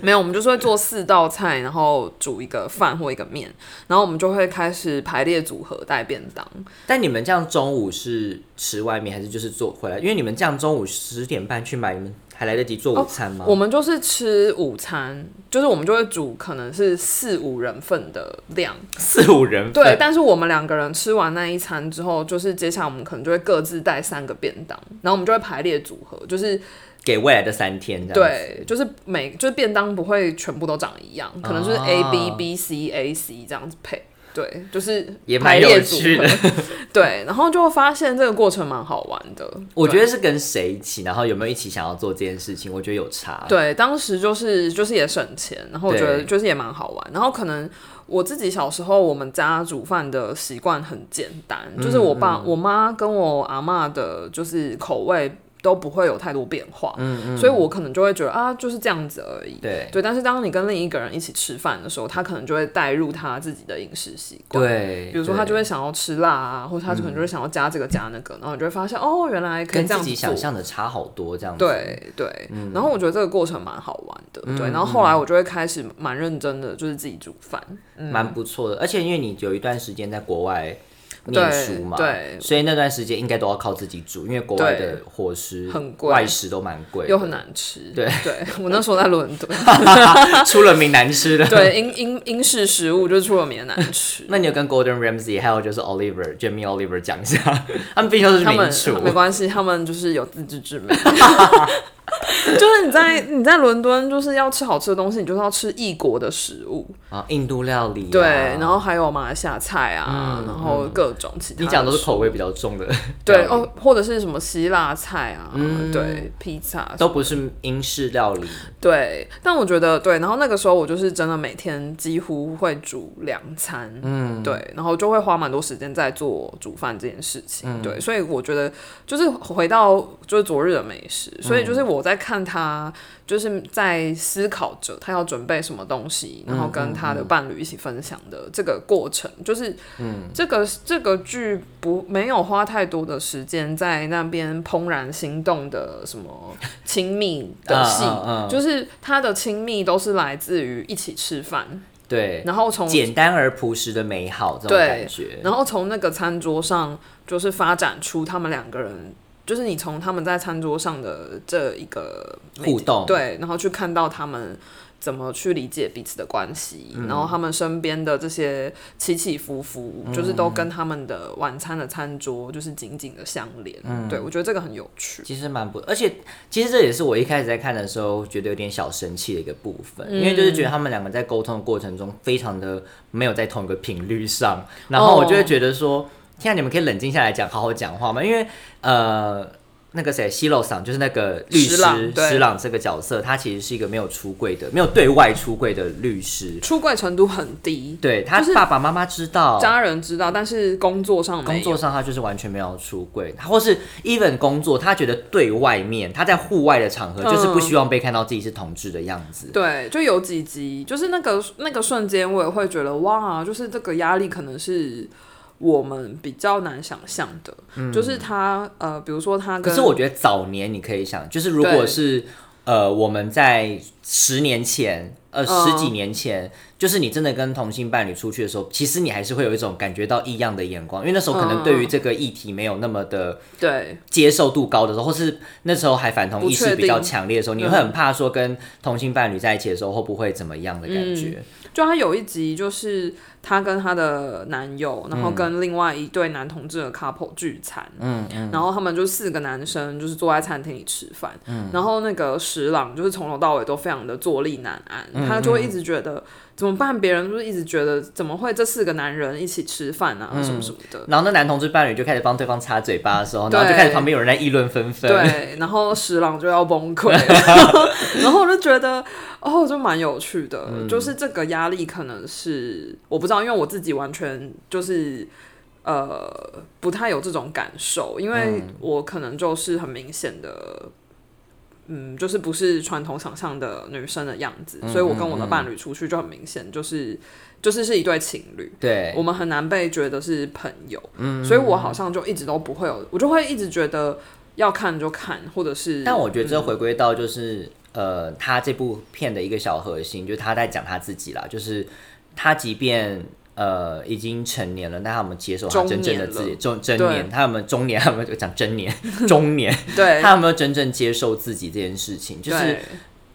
Speaker 2: 没有，我们就是会做四道菜，然后煮一个饭或一个面，然后我们就会开始排列组合带便当。
Speaker 1: 但你们这样中午是吃外面，还是就是做回来？因为你们这样中午十点半去买，你们还来得及做午餐吗？
Speaker 2: 哦我们就是吃午餐，就是我们就会煮可能是四五人份的量，
Speaker 1: 四五人
Speaker 2: 对。
Speaker 1: 份，
Speaker 2: 但是我们两个人吃完那一餐之后，就是接下来我们可能就会各自带三个便当，然后我们就会排列组合，就是
Speaker 1: 给未来的三天这样。，
Speaker 2: 对，就是每就是便当不会全部都长一样，可能就是 A
Speaker 1: 啊
Speaker 2: B B C A C 这样子配。对，就是
Speaker 1: 也蛮
Speaker 2: 排
Speaker 1: 有
Speaker 2: 列组
Speaker 1: 趣
Speaker 2: 合
Speaker 1: 的。
Speaker 2: 对，然后就会发现这个过程蛮好玩的。
Speaker 1: 我觉
Speaker 2: 得
Speaker 1: 得是跟谁一起，然后有没有一起想要做这件事情，我觉得有差。
Speaker 2: 对，当时就是就是也省钱，然后我觉得
Speaker 1: 啊对
Speaker 2: 就是也蛮好玩。然后可能我自己小时候，我们家煮饭的习惯很简单，
Speaker 1: 嗯
Speaker 2: 就是我爸、我妈跟我阿嬷的，就是口味都不会有太多变化，
Speaker 1: 嗯
Speaker 2: 所以我可能就会觉得啊，就是这样子而已。
Speaker 1: 对
Speaker 2: 对，但是当你跟另一个人一起吃饭的时候，他可能就会带入他自己的饮食习惯。
Speaker 1: 对，
Speaker 2: 比如说他
Speaker 1: 对
Speaker 2: 就会想要吃辣啊，或者他可能就会想要加这个加那个，然后你就会发现哦，原来可以
Speaker 1: 跟
Speaker 2: 这样
Speaker 1: 自
Speaker 2: 子
Speaker 1: 己想
Speaker 2: 做。
Speaker 1: 象的嗯差好多，这样子。
Speaker 2: 对对，然后我觉得这个过程蛮好玩的，
Speaker 1: 嗯
Speaker 2: 对。然后后来我就会开始蛮认真的，就是自己煮饭。
Speaker 1: 蛮不错的。而且因为你有一段时间在国外念书嘛，
Speaker 2: 对对
Speaker 1: 所以那段时间应该都要靠自己煮，因为国外的伙食
Speaker 2: 很贵
Speaker 1: 外食都蛮贵，
Speaker 2: 又很，难吃，
Speaker 1: 对
Speaker 2: 对。我那时候在伦 敦，
Speaker 1: 出了名难吃的。
Speaker 2: 对英英英式食物就是出了名的难吃
Speaker 1: 。那你有跟 Golden Ramsey 还有就是 Oliver、Jamie Oliver 讲一下，他们毕竟都是
Speaker 2: 他
Speaker 1: 名
Speaker 2: 们没
Speaker 1: 厨，
Speaker 2: 关系，他们就是有自 知之明。就是你在你在伦敦，就是要吃好吃的东西，你就是要吃异国的食物。
Speaker 1: 啊，印度料理、
Speaker 2: 对，然。后还有马来西亚菜啊，然后各种其
Speaker 1: 嗯
Speaker 2: 他。
Speaker 1: 你讲的都是口味比较重的，
Speaker 2: 对
Speaker 1: 料理，
Speaker 2: 哦，或者是什么希腊菜啊，
Speaker 1: 嗯
Speaker 2: 对，披萨
Speaker 1: 都不是英式料理，
Speaker 2: 对。但我觉得对，然后那个时候我就是真的每天几乎会煮两餐，嗯，对，然后就会花蛮多时间在做煮饭这件事情，
Speaker 1: 嗯
Speaker 2: 对，所以我觉得就是回到就是昨日的美食，所以就是
Speaker 1: 嗯
Speaker 2: 我在看他就是在思考着他要准备什么东西，然
Speaker 1: 嗯
Speaker 2: 后跟他的伴侣一起分享的这个过程，就是
Speaker 1: 嗯
Speaker 2: 这个这个剧不没有花太多的时间在那边怦然心动的什么亲密的戏，
Speaker 1: 嗯嗯嗯
Speaker 2: 就是他的亲密都是来自于一起吃饭，
Speaker 1: 对，
Speaker 2: 然后从
Speaker 1: 简单而朴实的美好这种
Speaker 2: 对
Speaker 1: 感觉。
Speaker 2: 然后从那个餐桌上就是发展出他们两个人。就是你从他们在餐桌上的这一个
Speaker 1: 互动
Speaker 2: 对，然后去看到他们怎么去理解彼此的关系，
Speaker 1: 嗯
Speaker 2: 然后他们身边的这些起起伏伏，
Speaker 1: 嗯
Speaker 2: 就是都跟他们的晚餐的餐桌就是紧紧的相连。
Speaker 1: 嗯
Speaker 2: 对我觉得这个很有趣。
Speaker 1: 其实蛮不，而且其实这也是我一开始在看的时候觉得有点小生气的一个部分，因为就是觉
Speaker 2: 嗯
Speaker 1: 得他们两个在沟通的过程中非常的没有在同一个频率上，
Speaker 2: 哦
Speaker 1: 然后我就会觉得说，天啊，你们可以冷静下来讲，好好讲话嘛，因为呃。那个谁西洛桑，就是那个律师
Speaker 2: 石朗对
Speaker 1: 石朗这个角色，他其实是一个没有出柜的、没有对外出柜的律师。
Speaker 2: 出柜程度很低，
Speaker 1: 对他
Speaker 2: 就是
Speaker 1: 爸爸妈妈知道，
Speaker 2: 家人知道，但是工作上没
Speaker 1: 工
Speaker 2: 有
Speaker 1: 作上他就是完全没有出柜，或是 even 工作，他觉得对外面他在户外的场合
Speaker 2: 嗯
Speaker 1: 就是不希望被看到自己是同志的样子。
Speaker 2: 对，就有几集，就是那个那个瞬间，我也会觉得哇，就是这个压力可能是我们比较难想象的，就是他呃，比如说他
Speaker 1: 嗯可
Speaker 2: 跟
Speaker 1: 是我觉得早年你可以想，就是如果
Speaker 2: 对
Speaker 1: 是呃我们在十年前。呃，
Speaker 2: 嗯
Speaker 1: 十几年前，就是你真的跟同性伴侣出去的时候，其实你还是会有一种感觉到异样的眼光，因为那时候可
Speaker 2: 嗯
Speaker 1: 能对于这个议题没有那么的
Speaker 2: 对
Speaker 1: 接受度高的时候，或是那时候还反同意识比较
Speaker 2: 不确定
Speaker 1: 强烈的时候，你会很怕说跟同性伴侣在一起的时候会不会怎么样的感觉？
Speaker 2: 就他有一集就是她跟她的男友，然后跟另外一对男同志的 couple 聚餐，嗯，然后他们就四个男生就是坐在餐厅里吃饭，嗯，然后那个石郎就是从头到尾都非常的坐立难安，他就会一直觉得怎么办，别人就是一直觉得怎么会这四个男人一起吃饭啊、什么什么的，
Speaker 1: 然后那男同志伴侣就开始帮对方擦嘴巴的时候，然后就
Speaker 2: 对
Speaker 1: 开始旁边有人在议论纷纷。
Speaker 2: 对，然后石郎就要崩溃了，然后我就觉得哦，就蛮有趣的，就是这个压力可能是我不知道，因为我自己完全就是呃不太有这种感受，因为我可能就是很明显的。嗯，就是不是传统想象的女生的样子，所以我跟我的伴侣出去就很明显，就是就是是一对情侣，
Speaker 1: 对
Speaker 2: 我们很难被觉得是朋友，
Speaker 1: 嗯
Speaker 2: 所以我好像就一直都不会有，我就会一直觉得要看就看，或者是，
Speaker 1: 但我觉得这回归到就是、呃，他这部片的一个小核心，就是他在讲他自己啦，就是他即便。呃，已经成年了，但他们接受他
Speaker 2: 中
Speaker 1: 真正的
Speaker 2: 年
Speaker 1: 自己，
Speaker 2: 了
Speaker 1: 中真
Speaker 2: 对
Speaker 1: 年，他们中年， 他们就讲真 年，中年，
Speaker 2: 对
Speaker 1: 他有没有真正接受自己这件事情？就是
Speaker 2: 对，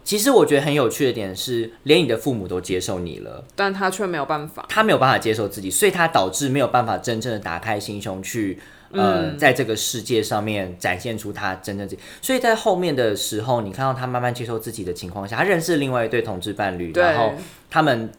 Speaker 1: 其实我觉得很有趣的点是，连你的父母都接受你了，
Speaker 2: 但他却没有办法，
Speaker 1: 他没有办法接受自己，所以他导致没有办法真正的打开心胸去，呃，
Speaker 2: 嗯
Speaker 1: 在这个世界上面展现出他真正自己。所以在后面的时候，你看到他慢慢接受自己的情况下，他认识另外一对同志伴侣，
Speaker 2: 对
Speaker 1: 然后他们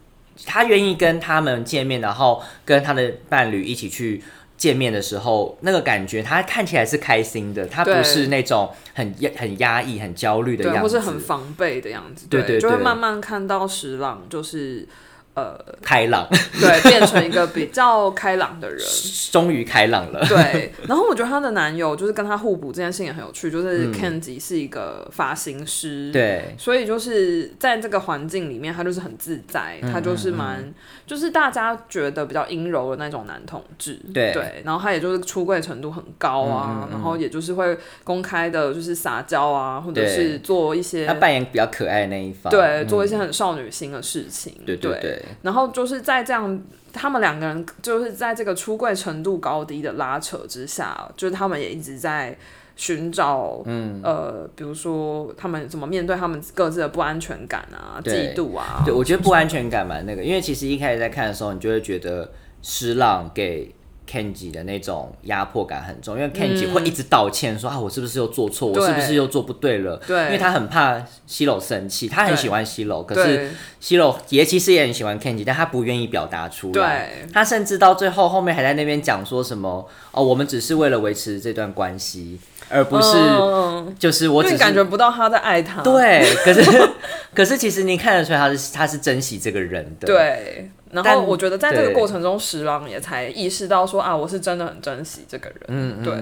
Speaker 1: 他愿意跟他们见面，然后跟他的伴侣一起去见面的时候，那个感觉他看起来是开心的，他不
Speaker 2: 对
Speaker 1: 是那种很压很压抑、很焦虑的
Speaker 2: 对，
Speaker 1: 样
Speaker 2: 或
Speaker 1: 子，
Speaker 2: 是很防备的样子，
Speaker 1: 对对
Speaker 2: 就会
Speaker 1: 对
Speaker 2: 慢慢看到石郎就是呃，
Speaker 1: 开朗，
Speaker 2: 对，变成一个比较开朗的人，
Speaker 1: 终于开朗了。
Speaker 2: 对，然后我觉得她的男友就是跟她互补这件事情也很有趣，就是 Kenji 是一个发型
Speaker 1: 嗯
Speaker 2: 师，
Speaker 1: 对，
Speaker 2: 所以就是在这个环境里面，他就是很自在，
Speaker 1: 嗯
Speaker 2: 他就是蛮、就是大家觉得比较阴柔的那种男同志，
Speaker 1: 对嗯
Speaker 2: 然后他也就是出柜程度很高啊，然后也就是会公开的就是撒娇啊，或者
Speaker 1: 对
Speaker 2: 是做一些
Speaker 1: 他扮演比较可爱的那一方，
Speaker 2: 对做一些很少女心的事情，
Speaker 1: 嗯对
Speaker 2: 嗯对
Speaker 1: 对对，
Speaker 2: 然后就是在这样，他们两个人就是在这个出柜程度高低的拉扯之下，就是他们也一直在寻找，嗯呃，比如说他们怎么面对他们各自的不安全感啊、
Speaker 1: 对
Speaker 2: 嫉妒啊，
Speaker 1: 对我觉得不安全感蛮那个，因为其实一开始在看的时候，你就会觉得施浪给 Kenji 的那种压迫感很重，因为 Kenji 会一直道歉说、啊，我是不是又做错，我
Speaker 2: 嗯对
Speaker 1: 是不是又做不对了？
Speaker 2: 对
Speaker 1: 因为他很怕西楼生气，他很
Speaker 2: 对
Speaker 1: 喜欢西楼，可是
Speaker 2: 对
Speaker 1: 西楼也其实也很喜欢 Kenji，但他不愿意表达出来。
Speaker 2: 对
Speaker 1: 他甚至到最后后面还在那边讲说什么哦，我们只是为了维持这段关系，而不是、
Speaker 2: 嗯
Speaker 1: 就是我
Speaker 2: 因
Speaker 1: 只
Speaker 2: 为
Speaker 1: 是
Speaker 2: 感觉不到他在爱他，啊
Speaker 1: 对，可是 可是其实你看得出来他是他是珍惜这个人的，
Speaker 2: 对。然后
Speaker 1: 但
Speaker 2: 我觉得在这个
Speaker 1: 对
Speaker 2: 过程中，石郎也才意识到说啊，我是真的很珍惜这个人。嗯，对。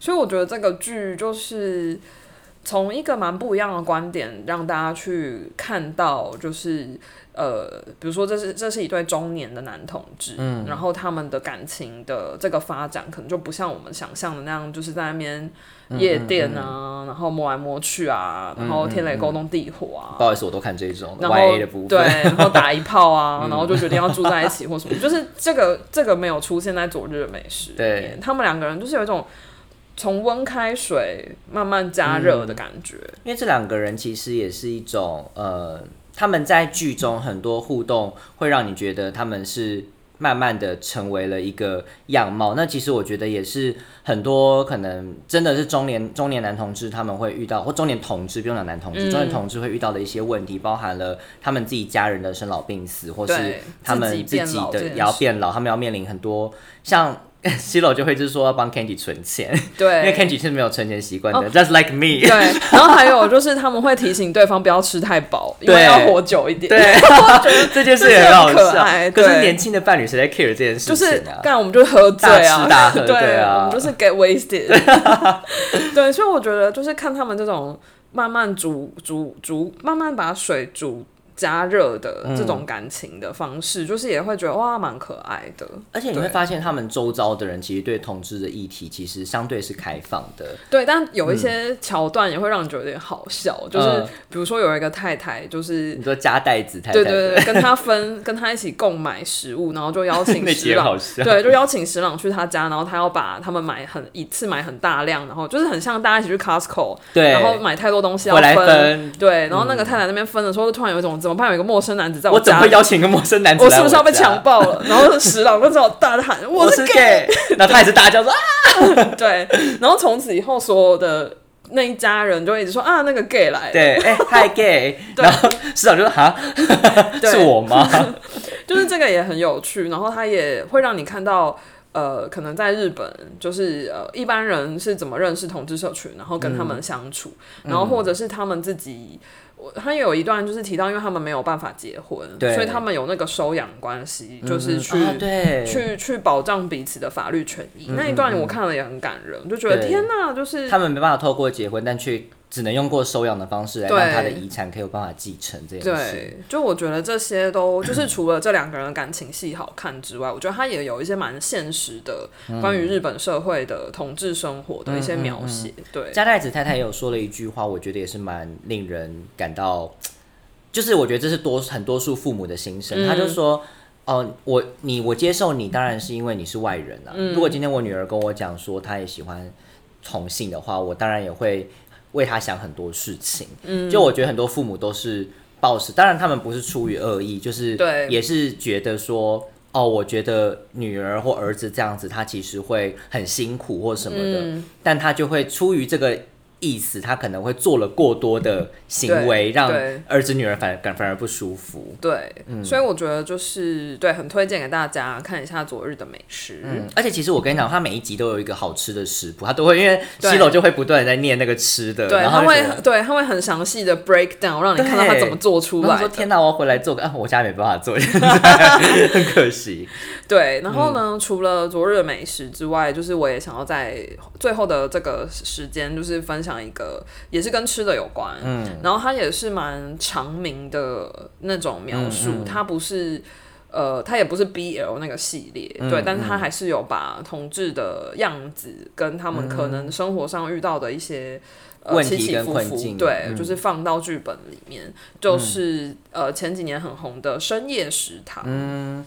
Speaker 2: 所以我觉得这个剧就是从一个蛮不一样的观点，让大家去看到，就是呃，比如说这是这是一对中年的男同志，嗯，然后他们的感情的这个发展，可能就不像我们想象的那样，就是在那边夜店啊，然后摸来摸去啊，然后天雷勾动地火啊，
Speaker 1: 不好意思，我都看这种
Speaker 2: 然后
Speaker 1: YA 的部
Speaker 2: 对，
Speaker 1: 分。嗯
Speaker 2: 然后打一炮 啊，然后就决定要住在一起或什么，就是这个这个没有出现在《昨日的美食》里面
Speaker 1: 对
Speaker 2: 他们两个人就是有一种从温开水慢慢加热
Speaker 1: 嗯
Speaker 2: 的感觉，
Speaker 1: 因为这两个人其实也是一种呃，他们在剧中很多互动会让你觉得他们是慢慢的成为了一个样貌。那其实我觉得也是很多可能真的是中年中年男同志他们会遇到，或中年同志不用讲男同
Speaker 2: 嗯
Speaker 1: 志，中年同志会遇到的一些问题，包含了他们自己家人的生老病死，或是
Speaker 2: 对
Speaker 1: 他们
Speaker 2: 自己
Speaker 1: 自
Speaker 2: 变
Speaker 1: 己
Speaker 2: 老
Speaker 1: 的
Speaker 2: 这
Speaker 1: 也
Speaker 2: 件
Speaker 1: 要
Speaker 2: 事
Speaker 1: 变老，他们要面临很多像。 西楼就会就是说要帮 Candy 存钱，因为
Speaker 2: 对哦
Speaker 1: Candy 是没有存钱习惯的、j u s t like me。
Speaker 2: 对，然后还有就是他们会提醒对方不要吃太饱，因为
Speaker 1: 对
Speaker 2: 要活久一点。
Speaker 1: 对， 这件事也很好
Speaker 2: 这是很可
Speaker 1: 笑。
Speaker 2: 爱
Speaker 1: 可是
Speaker 2: 对
Speaker 1: 年轻的伴侣谁在 care 这件事
Speaker 2: 就是
Speaker 1: 情啊？
Speaker 2: 干，我们就是喝醉
Speaker 1: 大
Speaker 2: 啊，
Speaker 1: 吃大喝
Speaker 2: 对
Speaker 1: 对啊
Speaker 2: 我们就是 get wasted。对， 所以我觉得就是看他们这种慢慢煮煮煮，慢慢把水煮加热的这种感情的方式，就是也会觉得哇，蛮可爱的。
Speaker 1: 而且你会
Speaker 2: 对
Speaker 1: 发现，他们周遭的人其实对同志的议题其实相对是开放的。
Speaker 2: 对，但有一些桥段也会让你觉得有点好笑，就是
Speaker 1: 嗯
Speaker 2: 比如说有一个太太，就是
Speaker 1: 你说夹带子嗯太太，
Speaker 2: 对对对，跟他分 跟他一起购买食物，然后就邀 请
Speaker 1: 那集
Speaker 2: 石
Speaker 1: 也好
Speaker 2: 朗，
Speaker 1: 笑
Speaker 2: 对，就邀请石朗去他家，然后他要把他们买很一次买很大量，然后就是很像大家一起去 Costco，
Speaker 1: 对
Speaker 2: 然后买太多东西要
Speaker 1: 回来分嗯
Speaker 2: 对，然后那个太太那边分的时候，突然有一种怎么办？有一个陌生男子在
Speaker 1: 我怎么
Speaker 2: 家
Speaker 1: 会，邀请一个陌生男子
Speaker 2: 我
Speaker 1: 来
Speaker 2: 是
Speaker 1: 我
Speaker 2: 不是要被
Speaker 1: 家
Speaker 2: 强？暴 了？然后石朗就只好大喊
Speaker 1: 我
Speaker 2: 是
Speaker 1: 是 gay，然后他也是大 叫说啊，
Speaker 2: 对，然后从此以后所有的。那一家人就会一直说啊，那个 gay 来了，
Speaker 1: 对，哎，hi gay，
Speaker 2: 对
Speaker 1: 然后市长就说哈，
Speaker 2: 对
Speaker 1: 是我吗？
Speaker 2: 就是这个也很有趣，然后它也会让你看到，呃，可能在日本，就是呃一般人是怎么认识同志社群，然后跟他们相处，
Speaker 1: 嗯
Speaker 2: 然后或者是他们自己。我他有一段就是提到，因为他们没有办法结婚，
Speaker 1: 对
Speaker 2: 所以他们有那个收养关系，就是 去、
Speaker 1: 啊对嗯
Speaker 2: 去去保障彼此的法律权益。那一段我看了也很感人，就觉得
Speaker 1: 对
Speaker 2: 天哪，就是
Speaker 1: 他们没办法透过结婚，但却只能用过收养的方式来让
Speaker 2: 对
Speaker 1: 他的遗产可以有办法继承这件事。
Speaker 2: 对，就我觉得这 些都就是除了这两个人的感情戏好看之外，我觉得他也有一些蛮现实的
Speaker 1: 嗯
Speaker 2: 关于日本社会的同志生活的一些描写。
Speaker 1: 嗯
Speaker 2: 对，
Speaker 1: 加代子太太也有说了一句话，我觉得也是蛮令人感到，就是我觉得这是多很多数父母的心声。
Speaker 2: 嗯
Speaker 1: 他就说。哦，我你我接受你，当然是因为你是外人啊。
Speaker 2: 嗯
Speaker 1: 如果今天我女儿跟我讲说她也喜欢同性的话，我当然也会为她想很多事情。嗯，就我觉得很多父母都是抱持，当然他们不是出于恶意，就是
Speaker 2: 对
Speaker 1: 也是觉得说，哦，我觉得女儿或儿子这样子，他其实会很辛苦或什么的，
Speaker 2: 嗯
Speaker 1: 但他就会出于这个意思，他可能会做了过多的行为，
Speaker 2: 对
Speaker 1: 让
Speaker 2: 对
Speaker 1: 儿子女儿反感反而不舒服。
Speaker 2: 对，
Speaker 1: 嗯
Speaker 2: 所以我觉得就是对，很推荐给大家看一下《昨日的美食》
Speaker 1: 嗯，而且其实我跟你讲，他每一集都有一个好吃的食谱，他都会因为
Speaker 2: 对
Speaker 1: 西楼就会不断的在念那个吃的，
Speaker 2: 对，
Speaker 1: 然
Speaker 2: 他
Speaker 1: 后就
Speaker 2: 会
Speaker 1: 觉得
Speaker 2: 对他会很详细的 breakdown，让你看到他
Speaker 1: 对
Speaker 2: 怎么做出
Speaker 1: 然后
Speaker 2: 来
Speaker 1: 说
Speaker 2: 的。
Speaker 1: 天哪，我要回来做个，啊，我家没办法做，现 在很可惜。
Speaker 2: 对，然后
Speaker 1: 嗯
Speaker 2: 呢，除了昨日的美食之外，就是我也想要在最后的这个时间，就是分享一个也是跟吃的有关，嗯，然后它也是蛮长明的那种描述，
Speaker 1: 嗯
Speaker 2: 它不是。呃，它也不是 BL 那个系列，
Speaker 1: 嗯
Speaker 2: 对，但是它还是有把同志的样子跟他们可能生活上遇到的一些、呃
Speaker 1: 问题
Speaker 2: 起起
Speaker 1: 跟
Speaker 2: 伏
Speaker 1: 困
Speaker 2: 伏，
Speaker 1: 境嗯
Speaker 2: 对，就是放到剧本里面，就是、呃前几年很红的《深夜食堂》，
Speaker 1: 嗯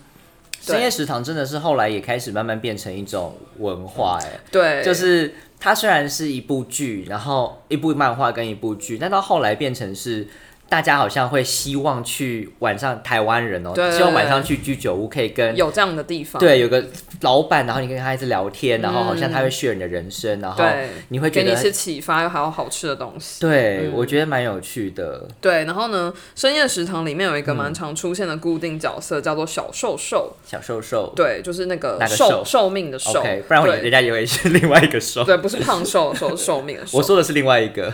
Speaker 2: 对
Speaker 1: 深夜食堂真的是后来也开始慢慢变成一种文化、哎，
Speaker 2: 对，
Speaker 1: 就是它虽然是一部剧，然后一部漫画跟一部剧，但到后来变成是大家好像会希望去晚上台湾人哦、
Speaker 2: 对对对
Speaker 1: 希望晚上去居酒屋可以跟。
Speaker 2: 有这样的地方，
Speaker 1: 对，有个老板，然后你跟他一直聊天，然后好像他会 share 你的人生，然后
Speaker 2: 对
Speaker 1: 你会觉
Speaker 2: 嗯给你
Speaker 1: 得
Speaker 2: 一，些嗯启发，又还有好吃的东西。
Speaker 1: 对我觉得蛮有趣的。
Speaker 2: 对，然后呢，深夜食堂里面有一个
Speaker 1: 嗯
Speaker 2: 蛮常出现的固定角色，叫做小瘦瘦，
Speaker 1: 小瘦瘦，
Speaker 2: 对，就是那个
Speaker 1: 哪个
Speaker 2: 寿
Speaker 1: 瘦
Speaker 2: 寿命的寿
Speaker 1: ，OK，不然我人
Speaker 2: 对
Speaker 1: 家以为是另外一个瘦。
Speaker 2: 对，不是胖瘦瘦寿命的寿。
Speaker 1: 我说的是另外一个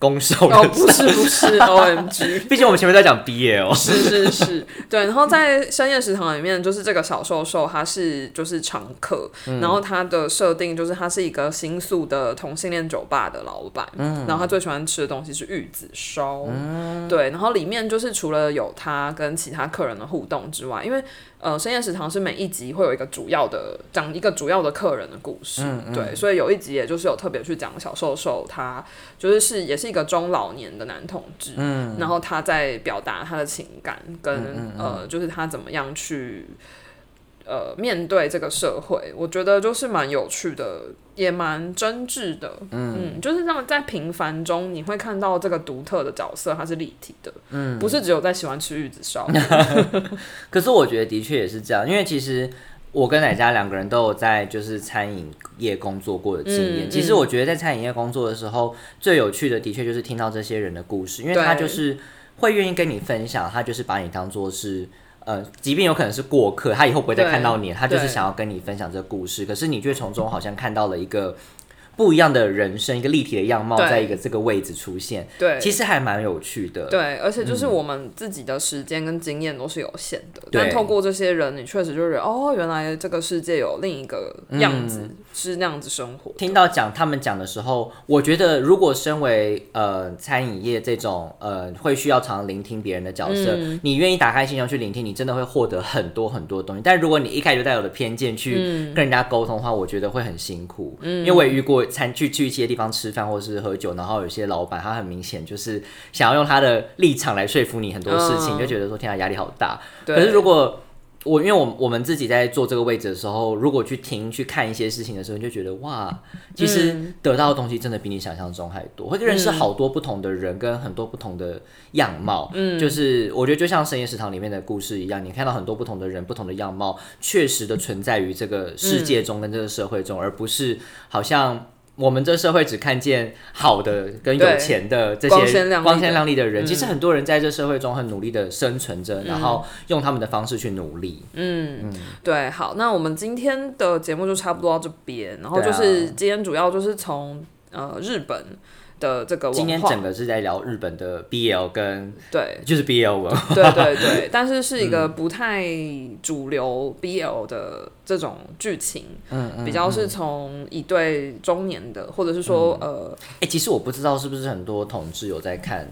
Speaker 1: 攻瘦
Speaker 2: 哦，
Speaker 1: 的
Speaker 2: 不是不 是，OMG。
Speaker 1: 毕竟哦我们前面在讲 BL，
Speaker 2: 是是是，对。然后在深夜食堂里面，就是这个小瘦瘦，他是就是常客，然后他的设定就是他是一个新宿的同性恋酒吧的老板，然后他最喜欢吃的东西是玉子烧，对。然后里面就是除了有他跟其他客人的互动之外，因为呃深夜食堂是每一集会有一个主要的讲一个主要的客人的故事，对，所以有一集也就是有特别去讲小瘦瘦他就是是也是一个中老年的男同志，
Speaker 1: 嗯
Speaker 2: 然后他在表达他的情感跟呃，就是他怎么样去呃面对这个社会，我觉得就是蛮有趣的，也蛮真挚的。嗯就是让在平凡中你会看到这个独特的角色，它是立体的，嗯，不是只有在喜欢吃玉子烧。
Speaker 1: 可是我觉得的确也是这样，因为其实我跟奶家两个人都有在就是餐饮业工作过的经验。
Speaker 2: 嗯
Speaker 1: 其实我觉得在餐饮业工作的时候，最有趣的的确就是听到这些人的故事，因为
Speaker 2: 对
Speaker 1: 他就是会愿意跟你分享，他就是把你当做是。呃，即便有可能是过客，他以后不会再
Speaker 2: 对
Speaker 1: 看到你，他就是
Speaker 2: 对
Speaker 1: 想要跟你分享这个故事，可是你却从中好像看到了一个不一样的人生，一个立体的样貌，
Speaker 2: 对
Speaker 1: 在一个这个位置出现，
Speaker 2: 对，
Speaker 1: 其实还蛮有趣的。
Speaker 2: 对，而且就是我们自己的时间跟经验都是有限的，
Speaker 1: 对
Speaker 2: 但透过这些人，你确实就觉得哦，原来这个世界有另一个样子，
Speaker 1: 嗯
Speaker 2: 是那样子生活。
Speaker 1: 听到讲他们讲的时候，我觉得如果身为呃餐饮业这种呃会需要常聆听别人的角色，你愿意打开心胸去聆听，你真的会获得很多很多东西。但如果你一开始就带有的偏见去跟人家沟通的话，我觉得会很辛苦。因为我也遇过餐去去一些地方吃饭或是喝酒，然后有些老板他很明显就是想要用他的立场来说服你很多事情，
Speaker 2: 嗯
Speaker 1: 就觉得说天啊压力好大。
Speaker 2: 对
Speaker 1: 可是如果我因为我我们自己在做这个位置的时候，如果去听去看一些事情的时候，你就觉得哇，其
Speaker 2: 嗯
Speaker 1: 实得到的东西真的比你想象中还多，会认识好多不同的人跟很多不同的样貌。嗯，就是我觉得就像深夜食堂里面的故事一样，你看到很多不同的人、不同的样貌，确实的存在于这个世界中跟这个社会中，而不是好像。我们这社会只看见好的跟有
Speaker 2: 对
Speaker 1: 钱的这些
Speaker 2: 光鲜亮丽的嗯
Speaker 1: 光鲜亮丽的人，其实很多人在这社会中很努力的生存着，然后用他们的方式去努力。
Speaker 2: 对，好，那我们今天的节目就差不多到这边，然后
Speaker 1: 对啊
Speaker 2: 就是今天主要就是从呃日本的这个文化，
Speaker 1: 今天整个是在聊日本的 BL 跟
Speaker 2: 对。
Speaker 1: 就是 BL 文化，
Speaker 2: 对对对，但是是一个不太主流 BL 的这种剧情，
Speaker 1: 嗯
Speaker 2: 比较是从一对中年的，或者是说、呃
Speaker 1: 哎、其实我不知道是不是很多同志有在看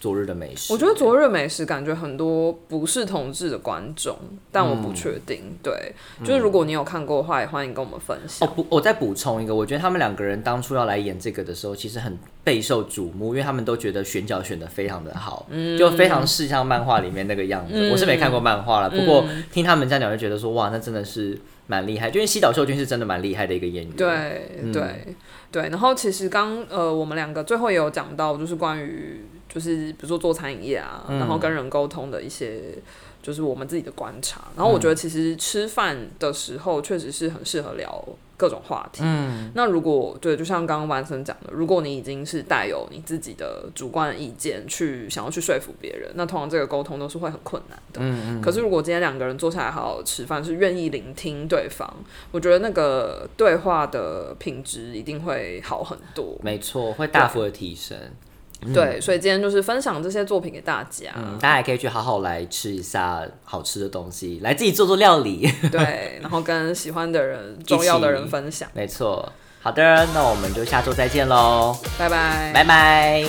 Speaker 1: 《昨日的美食》，
Speaker 2: 我觉得《昨日美食》感觉很多不是同志的观众，但我不确定。对，
Speaker 1: 嗯
Speaker 2: 就是如果你有看过的话，也欢迎跟我们分享。
Speaker 1: 哦不，我再补充一个，我觉得他们两个人当初要来演这个的时候，其实很备受瞩目，因为他们都觉得选角选的非常的好，就非常是像漫画里面那个样子。我是没看过漫画了，不过听他们这样讲，就觉得说哇，那真的是蛮厉害，就因为西岛秀俊是真的蛮厉害的一个演员。
Speaker 2: 对对对，然后其实刚呃，我们两个最后也有讲到，就是关于就是比如说做餐饮业啊，然后跟人沟通的一些。就是我们自己的观察，然后我觉得其实吃饭的时候确实是很适合聊各种话题。嗯，那如果对，就像刚刚万森讲的，如果你已经是带有你自己的主观意见去想要去说服别人，那通常这个沟通都是会很困难的。嗯嗯可是如果今天两个人坐下来好好吃饭，是愿意聆听对方，我觉得那个对话的品质一定会好很多。
Speaker 1: 没错，会大幅的提升。
Speaker 2: 对，所以今天就是分享这些作品给大家。
Speaker 1: 嗯，大家也可以去好好来吃一下好吃的东西，来自己做做料理。
Speaker 2: 对，然后跟喜欢的 人、重要的人分享。
Speaker 1: 没错，好的，那我们就下周再见喽，
Speaker 2: 拜拜，
Speaker 1: 拜拜。